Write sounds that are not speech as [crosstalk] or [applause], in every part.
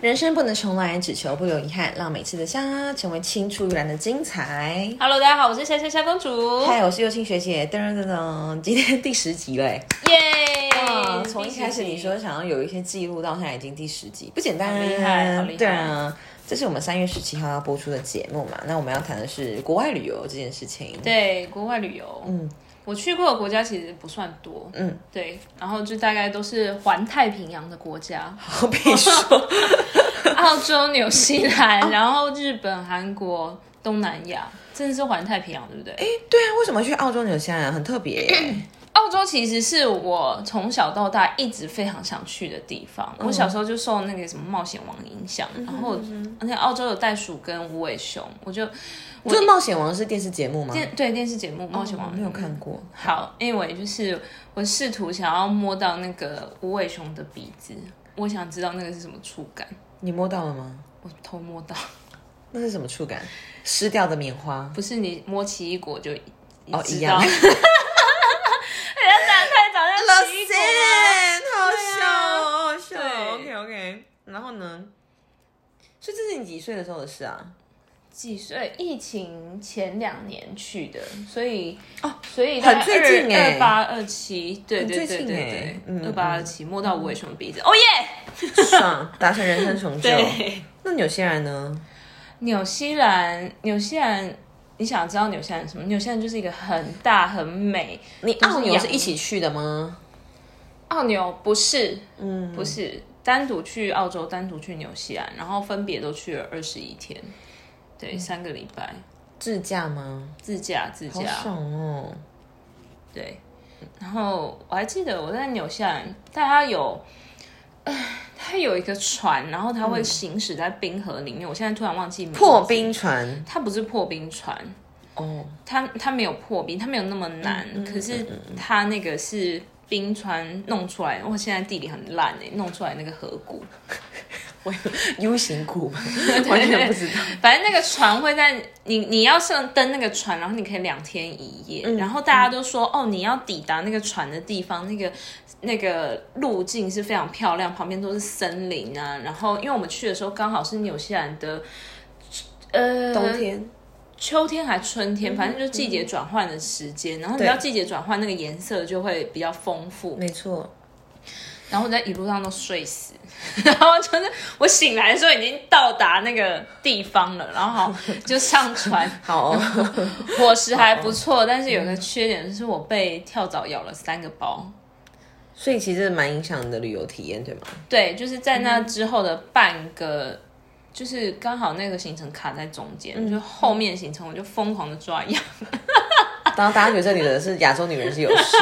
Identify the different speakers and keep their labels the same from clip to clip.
Speaker 1: 人生不能重来，只求不留遗憾，让每次的夏成为青出于蓝的精彩。
Speaker 2: Hello，大家好，我是夏夏夏公主，
Speaker 1: 嗨，我是幼青学姐，噔噔噔噔，今天第十集嘞！
Speaker 2: 耶！
Speaker 1: 啊从一开始你说想要有一些记录，到现在已经第十集，不简单，
Speaker 2: 好厉害好厉害
Speaker 1: 对啊，这是我们三月十七号要播出的节目嘛？那我们要谈的是国外旅游这件事情。，
Speaker 2: 对国外旅游，嗯，我去过的国家其实不算多，
Speaker 1: 嗯，
Speaker 2: 对，然后就大概都是环太平洋的国家， [laughs]
Speaker 1: 好比说，
Speaker 2: 澳洲、纽西
Speaker 1: [laughs] 啊
Speaker 2: 兰，然后日本、韩国、东南亚，真的是环太平洋，对不对？
Speaker 1: 对啊，为什么去澳洲、纽西兰啊很特别耶？
Speaker 2: 澳洲其实是我从小到大一直非常想去的地方。
Speaker 1: 嗯
Speaker 2: 我小时候就受那个什么冒险王影响，然后而且澳洲有袋鼠跟无尾熊，我就
Speaker 1: 这个冒险王是电视节目吗？
Speaker 2: 电对电视节目《冒险王》
Speaker 1: 哦没有看过。
Speaker 2: 好，anyway，就是我试图想要摸到那个无尾熊的鼻子，我想知道那个是什么触感。
Speaker 1: 你摸到了吗？
Speaker 2: 我偷摸到，
Speaker 1: 那是什么触感？湿掉的棉花。
Speaker 2: 不是你摸奇异果就
Speaker 1: 哦
Speaker 2: 知
Speaker 1: 一
Speaker 2: 道。
Speaker 1: 样
Speaker 2: [laughs] 人家长太早像奇异果了。
Speaker 1: 好哦笑，好笑。
Speaker 2: 对
Speaker 1: OK OK，然后呢？所以这是你几岁的时候的事啊？
Speaker 2: 几岁？疫情前两年去的，所以哦，所以
Speaker 1: 很最近欸
Speaker 2: 二八二七，对对
Speaker 1: 最
Speaker 2: 对
Speaker 1: 近
Speaker 2: 对
Speaker 1: 欸
Speaker 2: 对，
Speaker 1: 嗯
Speaker 2: 二八二七摸到无尾熊的鼻子，哦耶！
Speaker 1: 爽，达成人生成 [laughs] 就。
Speaker 2: 对，
Speaker 1: 那纽西兰呢？
Speaker 2: 纽西兰，纽西兰，你想知道纽西兰什么？纽西兰就是一个很大很美，
Speaker 1: 你
Speaker 2: 是
Speaker 1: 澳纽是
Speaker 2: 养
Speaker 1: 一起去的吗？
Speaker 2: 澳纽不是，
Speaker 1: 嗯，
Speaker 2: 不是单独去澳洲，单独去纽西兰，然后分别都去了二十一天，
Speaker 1: 嗯
Speaker 2: 对，三个礼拜
Speaker 1: 自驾吗？
Speaker 2: 自驾自
Speaker 1: 好
Speaker 2: 驾，
Speaker 1: 爽哦！
Speaker 2: 对，然后我还记得我在纽西兰，但它有， [sighs] 它有一个船，然后它会行驶在冰河里面。我现在突然忘记名字
Speaker 1: 嗯破，冰船
Speaker 2: 它不是破冰船，
Speaker 1: 哦，
Speaker 2: 它它没有破冰，它没有那么难，可是它那个是。冰川弄出来，我现在地理很烂哎、弄出来那个河谷，
Speaker 1: ，U 型 [laughs] 谷吗？完全不知道。
Speaker 2: 反正那个船会在你你要上登那个船，然后你可以两天一夜，然后大家都说、哦，你要抵达那个船的地方，那个那个路径是非常漂亮，旁边都是森林啊。然后因为我们去的时候刚好是纽西兰的呃
Speaker 1: 冬天
Speaker 2: 秋天还春天，反正就是季节转换的时间。然后你知道季节转换，那个颜色就会比较丰富。
Speaker 1: 没错，
Speaker 2: 然后我在一路上都睡死， [laughs] 然后就是我醒来的时候已经到达那个地方了，然后好就上船。 [laughs]
Speaker 1: 好哦，
Speaker 2: 伙食还不错，但是有个缺点就是我被跳蚤咬了三个包。
Speaker 1: [laughs] 所以其实蛮影响你的旅游体验，对吗？
Speaker 2: 对，就是在那之后的半个，就是刚好那个行程卡在中间，就后面行程我就疯狂的抓痒。
Speaker 1: 当大家觉得这里的是亚洲女人是有
Speaker 2: [laughs]
Speaker 1: 事。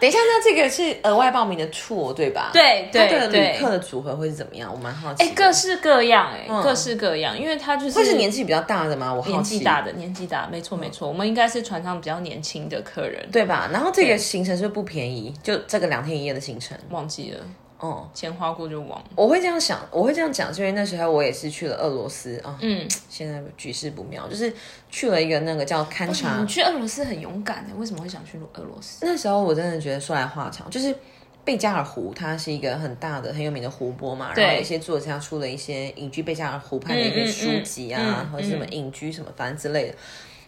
Speaker 1: 等一下，那这个是额外报名的 tour 对吧？
Speaker 2: 对对
Speaker 1: 它的旅
Speaker 2: 对
Speaker 1: 客的组合会是怎么样？我蛮好奇
Speaker 2: [laughs] 哎、
Speaker 1: 的。
Speaker 2: 各式各样、哎、各式各样，因为他就是
Speaker 1: 会是年纪比较大的吗？我好奇嗯
Speaker 2: 年纪大的，年纪大，没错没错，我们应该是船上比较年轻的客人。
Speaker 1: 对吧？然后这个行程是不是不便宜，就这个两天一夜的行程。
Speaker 2: 忘记了，
Speaker 1: 哦，
Speaker 2: 钱花过就忘了。
Speaker 1: 我会这样想，我会这样讲，是因为那时候我也是去了俄罗斯啊。
Speaker 2: 嗯，
Speaker 1: 现在局势不妙，就是去了一个那个叫勘察
Speaker 2: 哦嗯你去俄罗斯很勇敢的、欸为什么会想去俄罗斯？
Speaker 1: 那时候我真的觉得说来话长，就是贝加尔湖，它是一个很大的、很有名的湖泊嘛。然后有一些作家出了一些隐居贝加尔湖畔的一些书籍啊，
Speaker 2: 嗯嗯嗯嗯
Speaker 1: 或者是什么隐居什么反正之类的。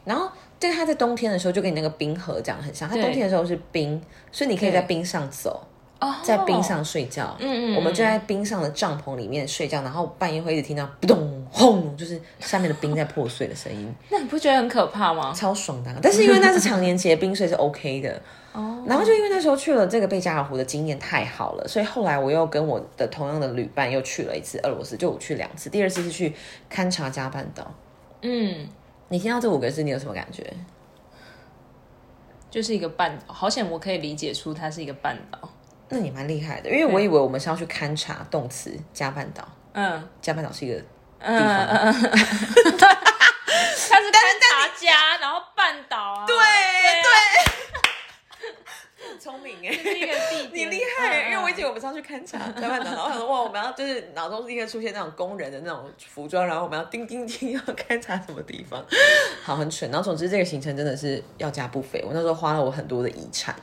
Speaker 1: 然后，但它在冬天的时候就跟你那个冰河讲的很像，它冬天的时候是冰，所以你可以在冰上走，
Speaker 2: 哦，
Speaker 1: 在冰上睡觉。
Speaker 2: 嗯，嗯嗯，
Speaker 1: 我们就在冰上的帐篷里面睡觉，然后半夜会一直听到扑咚轰，就是下面的冰在破碎的声音。
Speaker 2: 那你不觉得很可怕吗？
Speaker 1: 超爽的啊、但是因为那是常年结冰，所以是 OK 的。哦，然后就因为那时候去了这个贝加尔湖的经验太好了，所以后来我又跟我的同样的旅伴又去了一次俄罗斯，就我去两次，第二次是去勘察加半岛。
Speaker 2: 嗯，
Speaker 1: 你听到这五个字，你有什么感觉？
Speaker 2: 就是一个半岛，好险我可以理解出它是一个半岛。
Speaker 1: 那你蛮厉害的，因为我以为我们是要去勘察动词加半岛，
Speaker 2: 嗯
Speaker 1: 加半岛是一个
Speaker 2: 嗯
Speaker 1: 方
Speaker 2: 嗯嗯，嗯它是勘察家，然后半岛啊，对对
Speaker 1: 聪明
Speaker 2: 啊，这是一个地点，
Speaker 1: 你厉害，
Speaker 2: 嗯
Speaker 1: 因为我以前我们是要去勘
Speaker 2: [laughs]
Speaker 1: 察加班岛，然后我想说哇，我们要就是脑中立刻出现那种工人的那种服装，然后我们要叮叮叮要勘察什么地方，好很蠢。然后总之这个行程真的是要价不菲，我那时候花了我很多的遗产。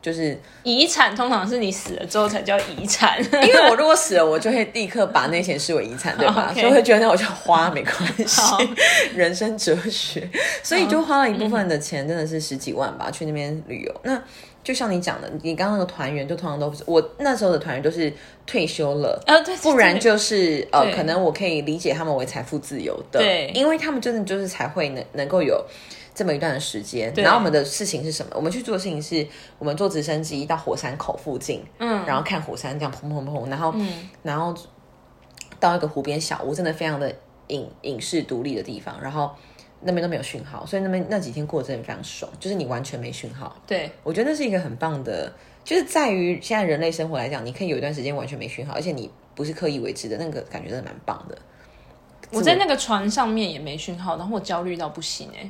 Speaker 1: 就是
Speaker 2: 嗯遗产通常是你死了之后才叫遗产，
Speaker 1: 因
Speaker 2: [laughs]
Speaker 1: 为我如果死了，我就会立刻把那钱视为遗产，对吧
Speaker 2: OK
Speaker 1: 所以我会觉得那我就花没关系
Speaker 2: 好，嗯
Speaker 1: 人生哲学，所以就花了一部分的钱，真的是十几万吧，去那边旅游。那就像你讲的，你刚刚那个团员，就通常都不是我那时候的团员，都是退休了。
Speaker 2: 呃，对，
Speaker 1: 不然
Speaker 2: 对
Speaker 1: 就是呃，
Speaker 2: 对
Speaker 1: 可能我可以理解他们为财富自由的，
Speaker 2: 对
Speaker 1: 因为他们真的就是才会能能够有这么一段的时间。然后我们的事情是什么？我们去做的事情是，我们坐直升机到火山口附近，
Speaker 2: 嗯，
Speaker 1: 然后看火山这样砰砰砰，然后、
Speaker 2: 嗯
Speaker 1: 然后到一个湖边小屋，真的非常的隐隐士独立的地方，然后那边都没有讯号，所以那边那几天过得真的非常爽，就是你完全没讯号。
Speaker 2: 对
Speaker 1: 我觉得那是一个很棒的，就是在于现在人类生活来讲，你可以有一段时间完全没讯号，而且你不是刻意为之的那个感觉，真的蛮棒的。
Speaker 2: 我在那个船上面也没讯号，然后我焦虑到不行哎、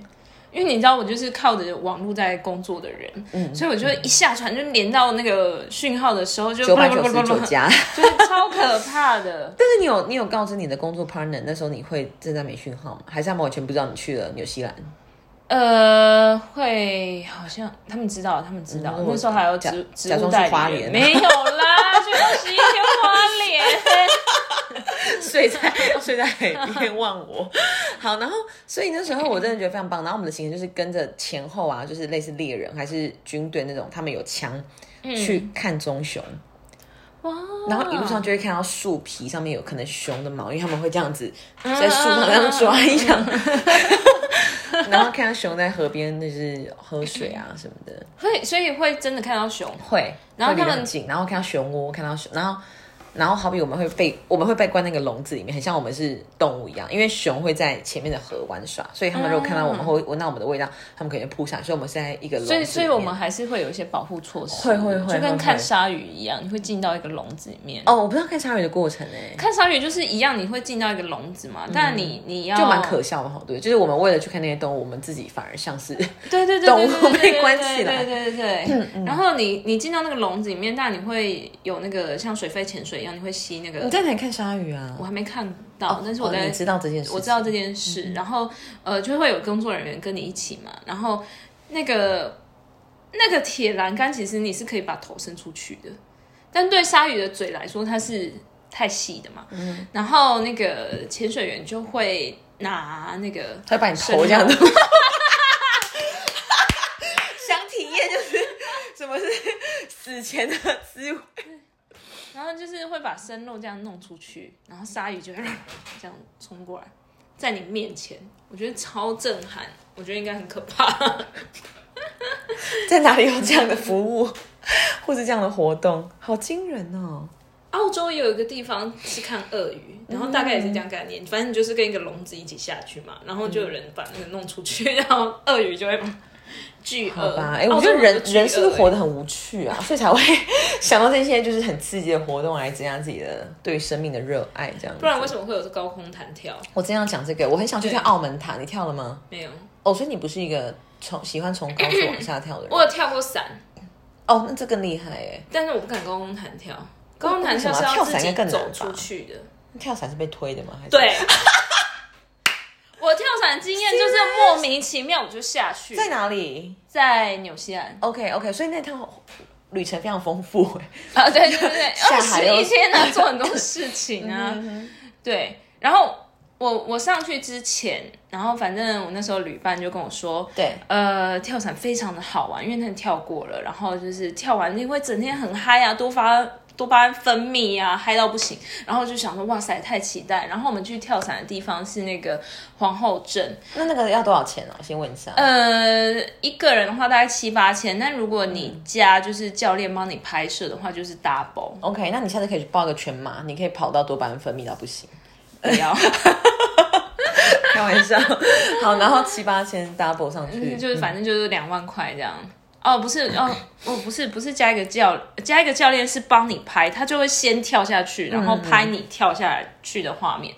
Speaker 2: 因为你知道我就是靠着网络在工作的人，
Speaker 1: 嗯
Speaker 2: 所以我就一下船就连到那个讯号的时候就
Speaker 1: 九百九十九加，
Speaker 2: 就是超可怕
Speaker 1: [laughs]
Speaker 2: 的。
Speaker 1: 但是你有你有告知你的工作 partner 那时候你会正在没讯号吗？还是他们完全不知道你去了纽西兰？
Speaker 2: 呃，会好像他们知道，他们知道，
Speaker 1: 嗯
Speaker 2: 那时候还有
Speaker 1: 假
Speaker 2: 植植
Speaker 1: 假
Speaker 2: 物
Speaker 1: 装是
Speaker 2: 代
Speaker 1: 花
Speaker 2: 理人
Speaker 1: 莲
Speaker 2: 没有啦，去二十一天花莲。
Speaker 1: 睡在睡在海边忘我。好，然后所以那时候我真的觉得非常棒。然后我们的行程就是跟着前后啊，就是类似猎人还是军队那种，他们有枪去看棕熊。
Speaker 2: 哇！
Speaker 1: 然后一路上就会看到树皮上面有可能熊的毛，因为他们会这样子在树上这样抓一样， [laughs] 然后看到熊在河边就是喝水啊什么的，
Speaker 2: [laughs] 会，所以会真的看到熊。
Speaker 1: 会，然
Speaker 2: 后他们
Speaker 1: 紧，然后看到熊窝，看到熊，然后然后好比我们会被我们会被关那个笼子里面，很像我们是动物一样，因为熊会在前面的河玩耍，所以他们如果看到我们会闻到我们的味道，他们可能会扑上来，所以我们是在一个笼子
Speaker 2: 啊所
Speaker 1: 里
Speaker 2: 以，
Speaker 1: 面，
Speaker 2: 所以我们还是会有一些保护措施，
Speaker 1: 会会会
Speaker 2: 就跟
Speaker 1: 会
Speaker 2: 看
Speaker 1: 会
Speaker 2: 鲨鱼一样，你会进到一个笼子里面。
Speaker 1: 哦，我不知道看鲨鱼的过程哎、
Speaker 2: 看鲨鱼就是一样，你会进到一个笼子嘛？但你你要
Speaker 1: 嗯就蛮可笑的哈，对，就是我们为了去看那些动物，我们自己反而像
Speaker 2: [laughs]
Speaker 1: 是
Speaker 2: 对对对对
Speaker 1: 动物
Speaker 2: 对对对
Speaker 1: [laughs] 被关起来嗯
Speaker 2: 对对对对对。然后你你进到那个笼子里面，但你会有那个像水肺潜水一样，你会吸那个
Speaker 1: 你。在哪里看鲨鱼啊
Speaker 2: 我？还没看到，但是我
Speaker 1: 哦
Speaker 2: 在
Speaker 1: 你知道这件事，嗯
Speaker 2: 我知道这件事，然后呃，就会有工作人员跟你一起嘛，然后那个那个铁栏杆其实你是可以把头伸出去的，但对鲨鱼的嘴来说它是太细的嘛，
Speaker 1: 嗯
Speaker 2: 然后那个潜水员就会拿那个
Speaker 1: 他把你头这样子。想体验就是什么是死前的滋味，
Speaker 2: 然后就是会把生肉这样弄出去，然后鲨鱼就这样冲过来，在你面前，我觉得超震撼，我觉得应该很可怕。
Speaker 1: [laughs] 在哪里有这样的服务或是这样的活动，好惊人哦！
Speaker 2: 澳洲也有一个地方是看鳄鱼，然后大概也是这样概念，反正你就是跟一个笼子一起下去嘛，然后就有人把那个弄出去，然后鳄鱼就会
Speaker 1: [laughs]
Speaker 2: 巨
Speaker 1: 好
Speaker 2: 鳄。
Speaker 1: 吧，哎、我
Speaker 2: 澳
Speaker 1: 觉
Speaker 2: 洲
Speaker 1: 得
Speaker 2: 有
Speaker 1: 人
Speaker 2: 个巨鳄
Speaker 1: 人是不是活
Speaker 2: 欸
Speaker 1: 得很无趣啊？所以才会 [laughs] 想到这些就是很刺激的活动来增加自己的对于生命的热爱，这样子。
Speaker 2: 不然为什么会有高空弹跳？
Speaker 1: 我真要讲这个，我很想去跳
Speaker 2: 对
Speaker 1: 澳门塔，你跳了吗？
Speaker 2: 没有，
Speaker 1: 哦，所以你不是一个从喜欢从高处往下跳的人。
Speaker 2: [coughs] 我有跳过伞，
Speaker 1: 哦，那这更厉害哎！
Speaker 2: 但是我不敢高空弹跳。高空弹
Speaker 1: 为
Speaker 2: 是
Speaker 1: 什么啊
Speaker 2: 要
Speaker 1: 跳
Speaker 2: 自
Speaker 1: 伞应
Speaker 2: 己
Speaker 1: 该更难
Speaker 2: 走
Speaker 1: 吧
Speaker 2: 出去的。
Speaker 1: 跳伞是被推的吗？还是
Speaker 2: 对，， [laughs] 我跳伞经验就是莫名其妙我就下去，
Speaker 1: 在哪里
Speaker 2: 在纽西兰。 [laughs]
Speaker 1: ？OK OK，所以那趟旅程非常丰富哎。
Speaker 2: 啊，对对对对，
Speaker 1: [laughs] 下
Speaker 2: 二
Speaker 1: 海哦嗯
Speaker 2: 十
Speaker 1: 又
Speaker 2: 一天呢，做很多事
Speaker 1: [laughs]
Speaker 2: 情啊，对。然后我我上去之前，然后反正我那时候旅伴就跟我说，
Speaker 1: 对，
Speaker 2: 呃，跳伞非常的好玩，因为他跳过了，然后就是跳完你会整天很嗨啊，多发。多巴胺分泌啊，嗨到不行，然后就想说哇塞，太期待。然后我们去跳伞的地方是那个皇后镇，
Speaker 1: 那那个要多少钱啊？我先问一下。
Speaker 2: 呃，一个人的话大概七八千，但如果你加就是教练帮你拍摄的话，就是 double。
Speaker 1: OK，那你下次可以去报个全马，你可以跑到多巴胺分泌到不行。
Speaker 2: 不要，
Speaker 1: 开玩笑， [laughs] 好，然后七八千 double 上去，
Speaker 2: 嗯就是反正就是两万块这样。哦，不是，哦，哦，不是，不是加一个教，加一个教练是帮你拍，他就会先跳下去，然后拍你跳下来去的画面，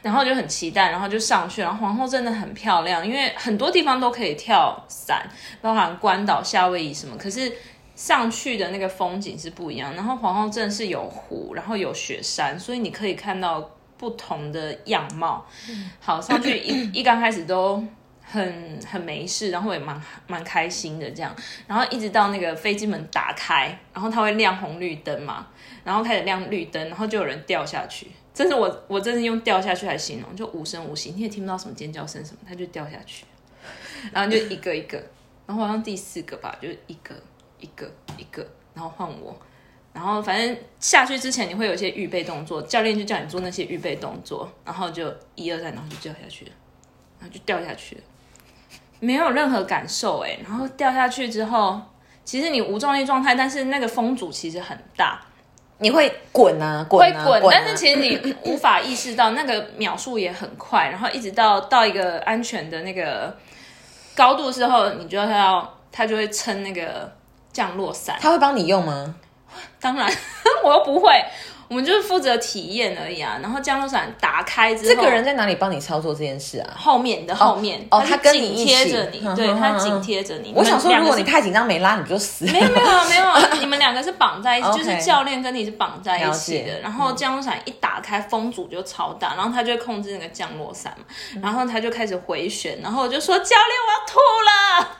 Speaker 2: 然后就很期待，然后就上去，然后皇后真的很漂亮，因为很多地方都可以跳伞，包含关岛、夏威夷什么，可是上去的那个风景是不一样。然后皇后镇是有湖，然后有雪山，所以你可以看到不同的样貌。好，上去一一刚开始都很很没事，然后也蛮蛮开心的这样，然后一直到那个飞机门打开，然后它会亮红绿灯嘛，然后开始亮绿灯，然后就有人掉下去，真是我我真是用掉下去来形容，就无声无息，你也听不到什么尖叫声什么，他就掉下去，然后就一个一个，然后好像第四个吧，就是一个一个一个，然后换我。然后反正下去之前你会有一些预备动作，教练就叫你做那些预备动作，然后就一二三，然后就掉下去了，然后就掉下去了，没有任何感受哎。然后掉下去之后，其实你无重力状态，但是那个风阻其实很大，
Speaker 1: 你会滚啊滚
Speaker 2: 会
Speaker 1: 啊
Speaker 2: 滚，
Speaker 1: 啊
Speaker 2: 但是其实你
Speaker 1: [laughs]
Speaker 2: 无法意识到那个秒数也很快，然后一直到到一个安全的那个高度之后，你就要它就会撑那个降落伞。
Speaker 1: 他会帮你用吗？
Speaker 2: 当然， [laughs] 我又不会，我们就是负责体验而已啊。然后降落伞打开之后，
Speaker 1: 这个人在哪里帮你操作这件事啊？
Speaker 2: 后面你的后面，
Speaker 1: 哦
Speaker 2: 是
Speaker 1: 他跟你一
Speaker 2: 紧
Speaker 1: 起
Speaker 2: 贴着你，
Speaker 1: 嗯
Speaker 2: 对
Speaker 1: 嗯
Speaker 2: 他
Speaker 1: 嗯
Speaker 2: 紧
Speaker 1: 嗯
Speaker 2: 贴着你。
Speaker 1: 我想说，
Speaker 2: 们两
Speaker 1: 如
Speaker 2: 个
Speaker 1: 果你
Speaker 2: 是
Speaker 1: 太紧张没拉，你就死了。
Speaker 2: 没有没有
Speaker 1: [laughs]
Speaker 2: 没有，你们两个是绑在一起，就
Speaker 1: OK
Speaker 2: 是教练跟你是绑在一起
Speaker 1: 了
Speaker 2: 的。
Speaker 1: 解
Speaker 2: 然后降落伞一打开，风阻就超大，然后他就会控制那个降落伞嘛，然后他就开始回旋，然后我就说教练我要吐了。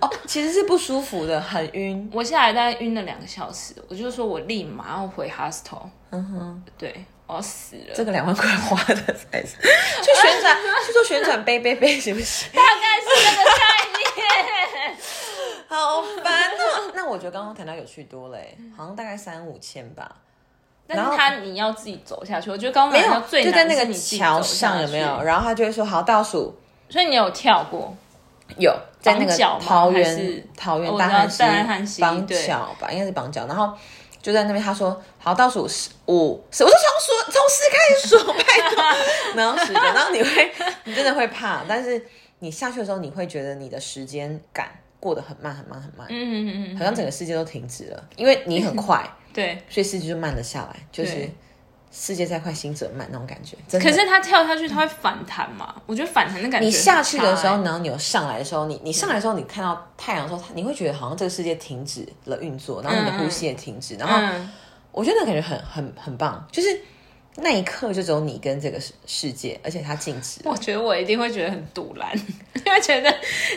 Speaker 1: 哦，其实是不舒服的，很晕。
Speaker 2: 我下来大概晕了两个小时，我就说我立马要回 hostel，
Speaker 1: 嗯哼，
Speaker 2: 对我要死了。
Speaker 1: 这个两万块花的才是，去旋
Speaker 2: [laughs]
Speaker 1: 转，去做旋转背背背，行不行？
Speaker 2: 大概是这个概念。
Speaker 1: 好烦哦。那我觉得刚刚谈到有趣多了
Speaker 2: 嗯
Speaker 1: 欸，好像大概三五千吧。
Speaker 2: 但
Speaker 1: [laughs] 然后
Speaker 2: 是他你要自己走下去，我觉得高
Speaker 1: 没
Speaker 2: 难
Speaker 1: 有
Speaker 2: 度，最
Speaker 1: 就在
Speaker 2: 难
Speaker 1: 那
Speaker 2: 是
Speaker 1: 个
Speaker 2: 你自己
Speaker 1: 桥
Speaker 2: 走下
Speaker 1: 上有没有？
Speaker 2: 去？
Speaker 1: 然后他就会说好倒数，
Speaker 2: 所以你有跳过，
Speaker 1: 有在那个
Speaker 2: 绑脚吗
Speaker 1: 桃
Speaker 2: 还是
Speaker 1: 园桃园
Speaker 2: 我
Speaker 1: 大
Speaker 2: 知道
Speaker 1: 汉溪
Speaker 2: 大汉溪
Speaker 1: 绑
Speaker 2: 对
Speaker 1: 脚吧，应该是绑脚。然后就在那边，他说好倒数十五十，我就从数从十开始数，拜
Speaker 2: [laughs]
Speaker 1: 托。然后十个，然后你会你真的会怕，但是你下去的时候，你会觉得你的时间感过得很慢很慢很慢，
Speaker 2: 嗯嗯嗯
Speaker 1: 好
Speaker 2: 嗯，
Speaker 1: 像整个世界都停止了，因为你很
Speaker 2: [laughs]
Speaker 1: 快，
Speaker 2: 对。
Speaker 1: 所以世界就慢了下来，就是
Speaker 2: 对
Speaker 1: 世界在快，心则慢那种感觉。真的
Speaker 2: 可是他跳下去，他会反弹嘛？我觉得反弹的感觉。欸哎
Speaker 1: 你下去的时候，，然后你有上来的时候，你你上来的时候，你看到太阳的时候，它你会觉得好像这个世界停止了运作，然后你的呼吸也停止，然后
Speaker 2: 嗯，
Speaker 1: 我觉得那感觉很很很棒，就是那一刻就只有你跟这个世世界，而且它静止。
Speaker 2: 我觉得我一定会觉得很堵然，因为觉得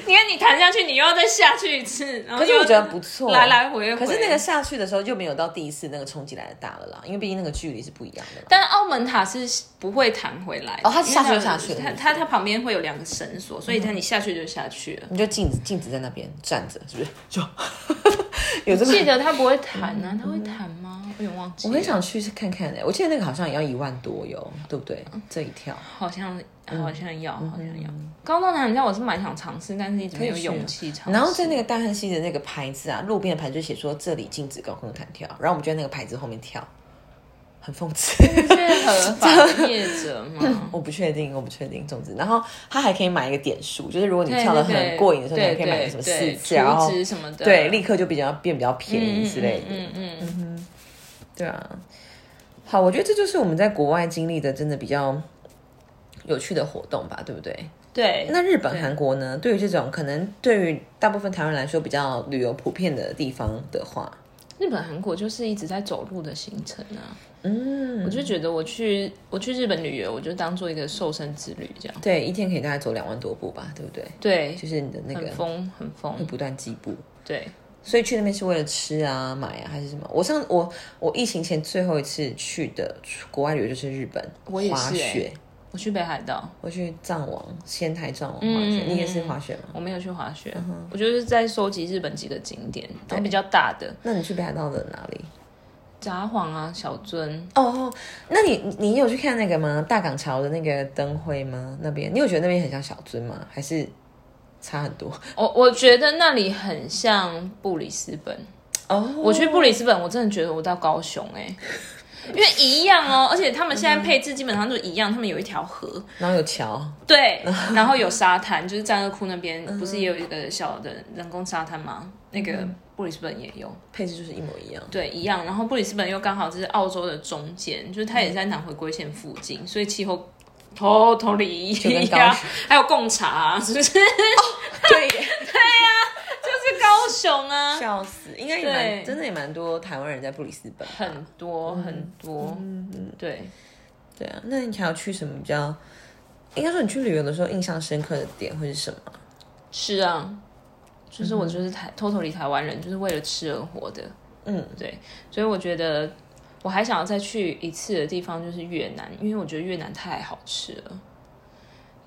Speaker 2: 你看你弹下去，你又要再下去一次，然后
Speaker 1: 可是
Speaker 2: 又
Speaker 1: 我觉得不错，
Speaker 2: 来来回回。
Speaker 1: 可是那个下去的时候就没有到第一次那个冲击来的大了啦，因为毕竟那个距离是不一样的嘛。
Speaker 2: 但澳门塔是不会弹回来的
Speaker 1: 哦它下去就
Speaker 2: 因为它
Speaker 1: 下去了嗯
Speaker 2: 它它它旁边会有两个绳索，所以它你下去就下去了。
Speaker 1: 你就静止静止在那边站着，是不是？
Speaker 2: [laughs]
Speaker 1: 就有这么。
Speaker 2: 记得它不会弹啊，它会弹吗？我有点忘记了。
Speaker 1: 我很想去看看欸的、我记得那个好像也要一万多哟，对不对？
Speaker 2: 嗯
Speaker 1: 这一跳。
Speaker 2: 好像好像要，好像要。
Speaker 1: 嗯
Speaker 2: 高中男你知道我是蛮想尝试，但是一直没有
Speaker 1: 可以去啊
Speaker 2: 勇气尝试。
Speaker 1: 然后在那个大汉溪的那个牌子啊，路边的牌子就写说这里禁止高空弹跳，然后我们就在那个牌子后面跳，很讽刺。
Speaker 2: 是合法的业者 [laughs] 吗？
Speaker 1: [laughs] 我不确定，我不确定。总之，然后他还可以买一个点数，就是如果你跳的很过瘾的时候，你还可
Speaker 2: 对
Speaker 1: 以买个什么
Speaker 2: 对
Speaker 1: 四啊
Speaker 2: 对
Speaker 1: 角
Speaker 2: 竹，子什么的，
Speaker 1: 对，立刻就比较变比较便
Speaker 2: 嗯
Speaker 1: 宜之类的。
Speaker 2: 嗯嗯嗯，
Speaker 1: 对啊，好，我觉得这就是我们在国外经历的真的比较有趣的活动吧，对不对？
Speaker 2: 对。
Speaker 1: 那日本、韩国呢？对于这种可能对于大部分台湾人来说比较旅游普遍的地方的话，
Speaker 2: 日本、韩国就是一直在走路的行程啊。
Speaker 1: 嗯，
Speaker 2: 我就觉得我去我去日本旅游，我就当做一个瘦身之旅这样。
Speaker 1: 对，一天可以大概走两万多步吧，对不对？
Speaker 2: 对，
Speaker 1: 就是你的那个
Speaker 2: 很疯很
Speaker 1: 会
Speaker 2: 疯，
Speaker 1: 不断进步，
Speaker 2: 对，
Speaker 1: 所以去那边是为了吃啊、买啊还是什么？我上我我疫情前最后一次去的国外旅游就是日本，
Speaker 2: 我也是欸
Speaker 1: 滑雪，
Speaker 2: 我去北海道，
Speaker 1: 我去藏王仙台藏王滑雪，
Speaker 2: 嗯
Speaker 1: 你也是滑雪吗？
Speaker 2: 我没有去滑雪，
Speaker 1: 嗯
Speaker 2: 我就是在收集日本几个景点，然后比较大的
Speaker 1: 那你去北海道的哪里？
Speaker 2: 札幌啊、小樽，
Speaker 1: 哦哦，那你你你有去看那个吗？大港桥的那个灯会吗？那边你有觉得那边很像小樽吗？还是差很多？
Speaker 2: 我我觉得那里很像布里斯本。
Speaker 1: 哦，
Speaker 2: 我去布里斯本，我真的觉得我到高雄哎、
Speaker 1: [laughs]
Speaker 2: 因为一样哦，而且他们现在配置基本上都一样，他们有一条河，
Speaker 1: 然后有桥， [laughs]
Speaker 2: 对，然后有沙滩，就是战恶库那边不是也有一个小的人工沙滩吗？那个
Speaker 1: 嗯
Speaker 2: 布里斯本也有，
Speaker 1: 配置就是一模一样。
Speaker 2: 对，一样。然后布里斯本又刚好就是澳洲的中间，就是它也在南回归线附近，所以气候 totally
Speaker 1: 就跟
Speaker 2: 一
Speaker 1: 高
Speaker 2: 样
Speaker 1: 雄，哦
Speaker 2: 还有贡茶、啊，是不是？ [laughs] 啊
Speaker 1: 对，
Speaker 2: 就是高雄啊，
Speaker 1: 笑死，应该也
Speaker 2: 对
Speaker 1: 蛮真的也蛮多台湾人在布里斯本。
Speaker 2: 很
Speaker 1: 嗯
Speaker 2: 多很多，对。
Speaker 1: 对啊，那你还要去什么比较应该说你去旅游的时候印象深刻的点会是
Speaker 2: [laughs]
Speaker 1: 什么？
Speaker 2: 吃啊，就是我就是台、偷偷离台湾人，就是为了吃而活的。嗯，对，所以我觉得我还想要再去一次的地方就是越南，因为我觉得越南太好吃了，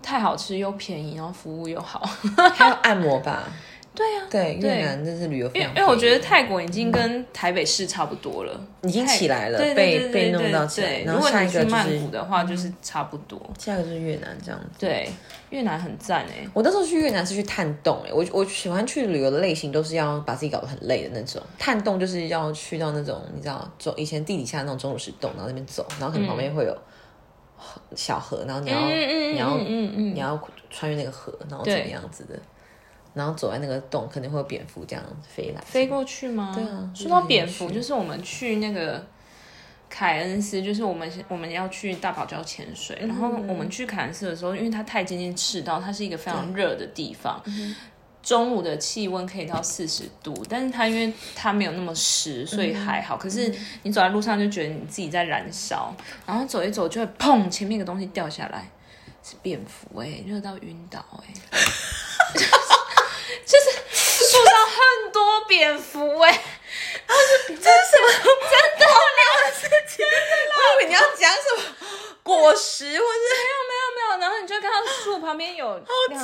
Speaker 2: 太好吃又便宜，然后服务又好。
Speaker 1: 还有按摩吧？
Speaker 2: 对啊，
Speaker 1: 对，
Speaker 2: 对
Speaker 1: 越南真是旅游非
Speaker 2: 因为
Speaker 1: 常便
Speaker 2: 因
Speaker 1: 宜，
Speaker 2: 为我觉得泰国已经跟台北市差不多了，
Speaker 1: 已经起来了，
Speaker 2: 对哎对
Speaker 1: 被
Speaker 2: 对
Speaker 1: 被
Speaker 2: 对
Speaker 1: 弄
Speaker 2: 对
Speaker 1: 到起来，
Speaker 2: 对
Speaker 1: 然
Speaker 2: 如
Speaker 1: 后
Speaker 2: 果
Speaker 1: 下
Speaker 2: 你
Speaker 1: 一
Speaker 2: 去
Speaker 1: 个就
Speaker 2: 曼谷
Speaker 1: 是
Speaker 2: 的话，就是差不多。
Speaker 1: 下一个就是越南这样子。
Speaker 2: 对，越南很赞哎。
Speaker 1: 我那时候去越南是去探洞、欸，我我喜欢去旅游的类型都是要把自己搞得很累的那种。探洞就是要去到那种你知道中以前地底下那种钟乳石洞，然后那边走，然后可能旁边会有河小河，然后你要、
Speaker 2: 嗯
Speaker 1: 你要、
Speaker 2: 嗯嗯
Speaker 1: 你要穿越那个河，然后怎么样子的，然后走在那个洞，肯定会有蝙蝠这样飞 [laughs] 来。
Speaker 2: 飞过去吗？对
Speaker 1: 啊
Speaker 2: 说到
Speaker 1: 就是
Speaker 2: 蝙
Speaker 1: 很
Speaker 2: 蝠，
Speaker 1: 有趣
Speaker 2: 就是我们去那个凯恩斯，就是我们我们要去大堡礁潜水，然后我们去凯恩斯的时候，因为它太接近赤道，它是一个非常热的地方。中午的气温可以到四十度，但是它因为它没有那么湿，所以还好。可是你走在路上就觉得你自己在燃烧，然后走一走就会砰，前面一个东西掉下来，是蝙蝠哎、热到晕倒哎、 [laughs] 树上很多蝙蝠哎、
Speaker 1: 我以为你要讲什么果实或是
Speaker 2: 没有，然后你就看到树旁边有两
Speaker 1: 啊
Speaker 2: 三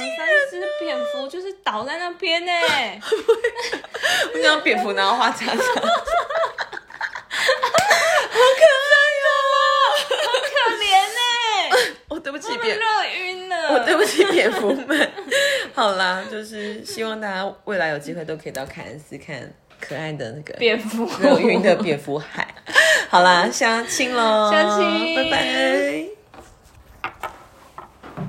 Speaker 2: 只蝙蝠，就是倒在那边呢。
Speaker 1: [laughs] 我讲蝙蝠，然后画家常。啊
Speaker 2: 可怜呢，
Speaker 1: 哦， [laughs] 对不起
Speaker 2: 他，
Speaker 1: [laughs]
Speaker 2: 们
Speaker 1: 蝙
Speaker 2: 热晕
Speaker 1: 我对
Speaker 2: 了。
Speaker 1: 不起蝙蝠们。 [laughs] 好啦，就是希望大家未来有机会都可以到凯恩斯看可爱的那个
Speaker 2: 蝙蝠
Speaker 1: 热晕的蝙蝠海。好啦，相亲喽，
Speaker 2: 相亲
Speaker 1: 拜拜。